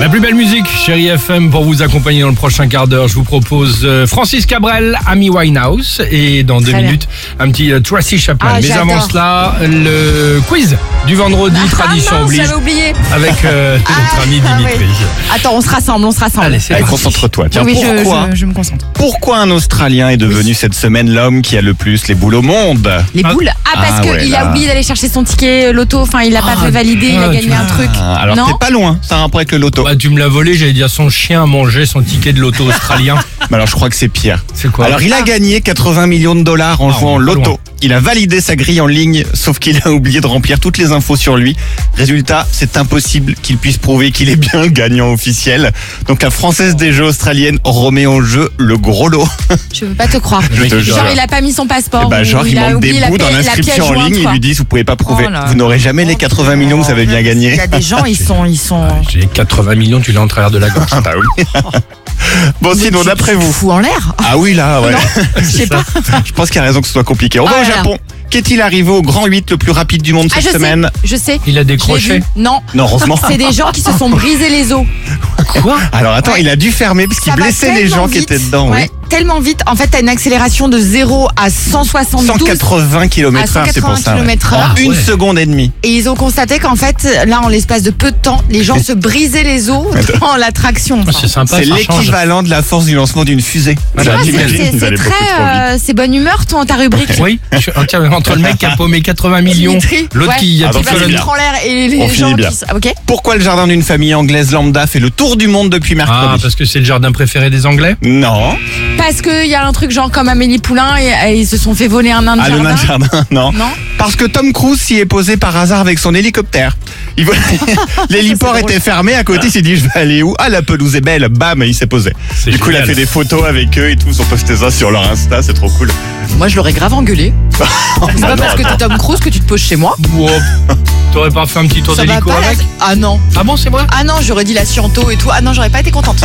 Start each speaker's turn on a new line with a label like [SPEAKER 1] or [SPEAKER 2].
[SPEAKER 1] La plus belle musique, chérie FM, pour vous accompagner dans le prochain quart d'heure, je vous propose euh, Francis Cabrel, Amy Winehouse, et dans deux
[SPEAKER 2] Très bien.
[SPEAKER 1] minutes, un petit euh, Tracy Chapman.
[SPEAKER 2] Ah,
[SPEAKER 1] Mais avant
[SPEAKER 2] j'adore.
[SPEAKER 1] cela, le quiz du vendredi, tradition
[SPEAKER 2] ah mince,
[SPEAKER 1] oblige,
[SPEAKER 2] j'avais oublié.
[SPEAKER 1] avec euh, notre ami
[SPEAKER 2] ah
[SPEAKER 1] Dimitri.
[SPEAKER 2] Attends, on se rassemble, on se rassemble.
[SPEAKER 1] Allez, c'est
[SPEAKER 3] Allez,
[SPEAKER 1] parti.
[SPEAKER 3] Concentre-toi. Tiens,
[SPEAKER 2] oui, je-
[SPEAKER 3] pourquoi,
[SPEAKER 2] je, je me concentre.
[SPEAKER 3] pourquoi un Australien est devenu cette semaine l'homme qui a le plus les boules au monde
[SPEAKER 2] Les
[SPEAKER 1] Ah.
[SPEAKER 2] boules Ah, parce
[SPEAKER 3] Ah
[SPEAKER 2] que
[SPEAKER 3] ouais,
[SPEAKER 2] qu'il
[SPEAKER 3] là.
[SPEAKER 2] a oublié d'aller chercher son ticket loto, enfin, il l'a pas
[SPEAKER 1] Ah,
[SPEAKER 2] fait valider, il a
[SPEAKER 1] tu-
[SPEAKER 2] gagné un truc.
[SPEAKER 3] Ah, Alors
[SPEAKER 2] non
[SPEAKER 3] t'es pas loin, ça a un rapport avec le loto.
[SPEAKER 1] Bah, tu me l'as volé, j'allais dire son chien mangeait son ticket de l'auto australien.
[SPEAKER 3] Mais alors je crois que c'est pire.
[SPEAKER 1] C'est quoi
[SPEAKER 3] Alors il
[SPEAKER 2] Ah.
[SPEAKER 3] a gagné 80 millions de dollars en
[SPEAKER 1] Ah,
[SPEAKER 3] jouant
[SPEAKER 1] on
[SPEAKER 3] au
[SPEAKER 1] est pas loin.
[SPEAKER 3] loto. Il a validé sa grille en ligne, sauf qu'il a oublié de remplir toutes les infos sur lui. Résultat, c'est impossible qu'il puisse prouver qu'il est bien le gagnant officiel. Donc la française des jeux australienne remet en jeu le gros lot.
[SPEAKER 2] Je veux pas te croire.
[SPEAKER 3] Je te
[SPEAKER 2] Genre,
[SPEAKER 3] jure.
[SPEAKER 2] il a pas mis son passeport.
[SPEAKER 3] Eh ben,
[SPEAKER 2] ou
[SPEAKER 3] genre, il,
[SPEAKER 2] il a
[SPEAKER 3] manque
[SPEAKER 2] oublié
[SPEAKER 3] des
[SPEAKER 2] la,
[SPEAKER 3] bouts dans
[SPEAKER 2] pi- la pièce
[SPEAKER 3] l'inscription en
[SPEAKER 2] jointe,
[SPEAKER 3] ligne, ils
[SPEAKER 2] quoi.
[SPEAKER 3] lui disent, vous pouvez pas prouver.
[SPEAKER 2] Oh là
[SPEAKER 3] vous n'aurez jamais les 80 millions que vous avez bien
[SPEAKER 2] Il
[SPEAKER 3] gagné.
[SPEAKER 2] y a des gens, ils sont, ils sont.
[SPEAKER 1] J'ai 80 millions, tu l'as en travers de la gorge.
[SPEAKER 3] Ah bah oui. bon, sinon, d'après vous.
[SPEAKER 2] Fou en l'air.
[SPEAKER 3] Ah oui, là, ouais.
[SPEAKER 2] Je sais pas.
[SPEAKER 3] Je pense qu'il y a raison que ce soit compliqué. On
[SPEAKER 2] Ah
[SPEAKER 3] va au
[SPEAKER 2] là là.
[SPEAKER 3] Japon. Qu'est-il arrivé au grand 8 le plus rapide du monde
[SPEAKER 2] Ah,
[SPEAKER 3] cette
[SPEAKER 2] je sais.
[SPEAKER 3] semaine
[SPEAKER 2] Je sais.
[SPEAKER 1] Il a
[SPEAKER 2] Je l'ai
[SPEAKER 1] décroché.
[SPEAKER 2] vu. Non.
[SPEAKER 3] Non, heureusement.
[SPEAKER 2] C'est des gens qui se sont brisés les os.
[SPEAKER 1] Quoi
[SPEAKER 3] Alors attends, il a dû fermer parce qu'il
[SPEAKER 2] Ça va
[SPEAKER 3] blessait les
[SPEAKER 2] tellement
[SPEAKER 3] gens qui
[SPEAKER 2] vite.
[SPEAKER 3] étaient dedans.
[SPEAKER 2] Ouais,
[SPEAKER 3] oui.
[SPEAKER 2] Tellement vite. En fait, t'as une accélération de 0 à 172
[SPEAKER 3] 180
[SPEAKER 2] à
[SPEAKER 3] km/h, c'est pour
[SPEAKER 2] 180
[SPEAKER 3] ça. ouais. Ah.
[SPEAKER 2] km
[SPEAKER 1] Ah,
[SPEAKER 2] heure.
[SPEAKER 3] En Une
[SPEAKER 1] ouais.
[SPEAKER 3] seconde et demie.
[SPEAKER 2] Et ils ont constaté qu'en fait, là, en l'espace de peu de temps, les gens se brisaient les os dans la traction.
[SPEAKER 1] Ah,
[SPEAKER 2] Enfin,
[SPEAKER 1] C'est sympa,
[SPEAKER 3] C'est
[SPEAKER 1] ça change.
[SPEAKER 3] l'équivalent de la force du lancement d'une fusée.
[SPEAKER 1] Ah,
[SPEAKER 2] tu vois, c'est-
[SPEAKER 3] J'imagine
[SPEAKER 2] c'est
[SPEAKER 3] qu'ils
[SPEAKER 2] c'est
[SPEAKER 3] allaient beaucoup trop vite.
[SPEAKER 2] très. euh, c'est bonne humeur, toi, ta rubrique.
[SPEAKER 1] Oui, je suis entièrement entre le mec qui a paumé 80 millions,
[SPEAKER 2] Dimitri,
[SPEAKER 1] l'autre
[SPEAKER 2] ouais.
[SPEAKER 1] qui a
[SPEAKER 3] Ah,
[SPEAKER 1] plus de
[SPEAKER 2] Bah,
[SPEAKER 3] donc, on
[SPEAKER 1] colonne.
[SPEAKER 3] finit
[SPEAKER 2] le en l'air et les
[SPEAKER 3] On
[SPEAKER 2] gens
[SPEAKER 3] finit bien.
[SPEAKER 2] qui s- ah, Ok.
[SPEAKER 3] Pourquoi le jardin d'une famille anglaise lambda fait le tour du monde depuis
[SPEAKER 1] Ah,
[SPEAKER 3] mercredi
[SPEAKER 1] parce que c'est le jardin préféré des Anglais
[SPEAKER 3] Non.
[SPEAKER 2] Parce qu'il y a un truc genre comme Amélie Poulain et, et ils se sont fait voler un nain de
[SPEAKER 3] Ah, le
[SPEAKER 2] jardin.
[SPEAKER 3] nain de jardin, non.
[SPEAKER 2] Non.
[SPEAKER 3] Parce que Tom Cruise s'y est posé par hasard avec son hélicoptère. Il voulait- L'héliport
[SPEAKER 2] drôle.
[SPEAKER 3] était fermé, à côté il s'est dit je vais aller où Ah la pelouse est belle, bam, il s'est posé.
[SPEAKER 1] C'est
[SPEAKER 3] Du coup il a
[SPEAKER 1] génial.
[SPEAKER 3] fait des photos avec eux et tout, ils ont posté ça sur leur Insta, c'est trop cool.
[SPEAKER 2] Moi, je l'aurais grave engueulé. c'est
[SPEAKER 3] bah
[SPEAKER 2] pas
[SPEAKER 3] non,
[SPEAKER 2] parce que t'es Tom Cruise que tu te poses chez moi.
[SPEAKER 1] Wow. T'aurais pas fait un petit tour
[SPEAKER 2] Ça va
[SPEAKER 1] d'hélico
[SPEAKER 2] pas. la-
[SPEAKER 1] avec
[SPEAKER 2] Ah non.
[SPEAKER 1] Ah bon, c'est moi
[SPEAKER 2] Ah non, j'aurais dit la Sciento et tout. Ah non, j'aurais pas été contente.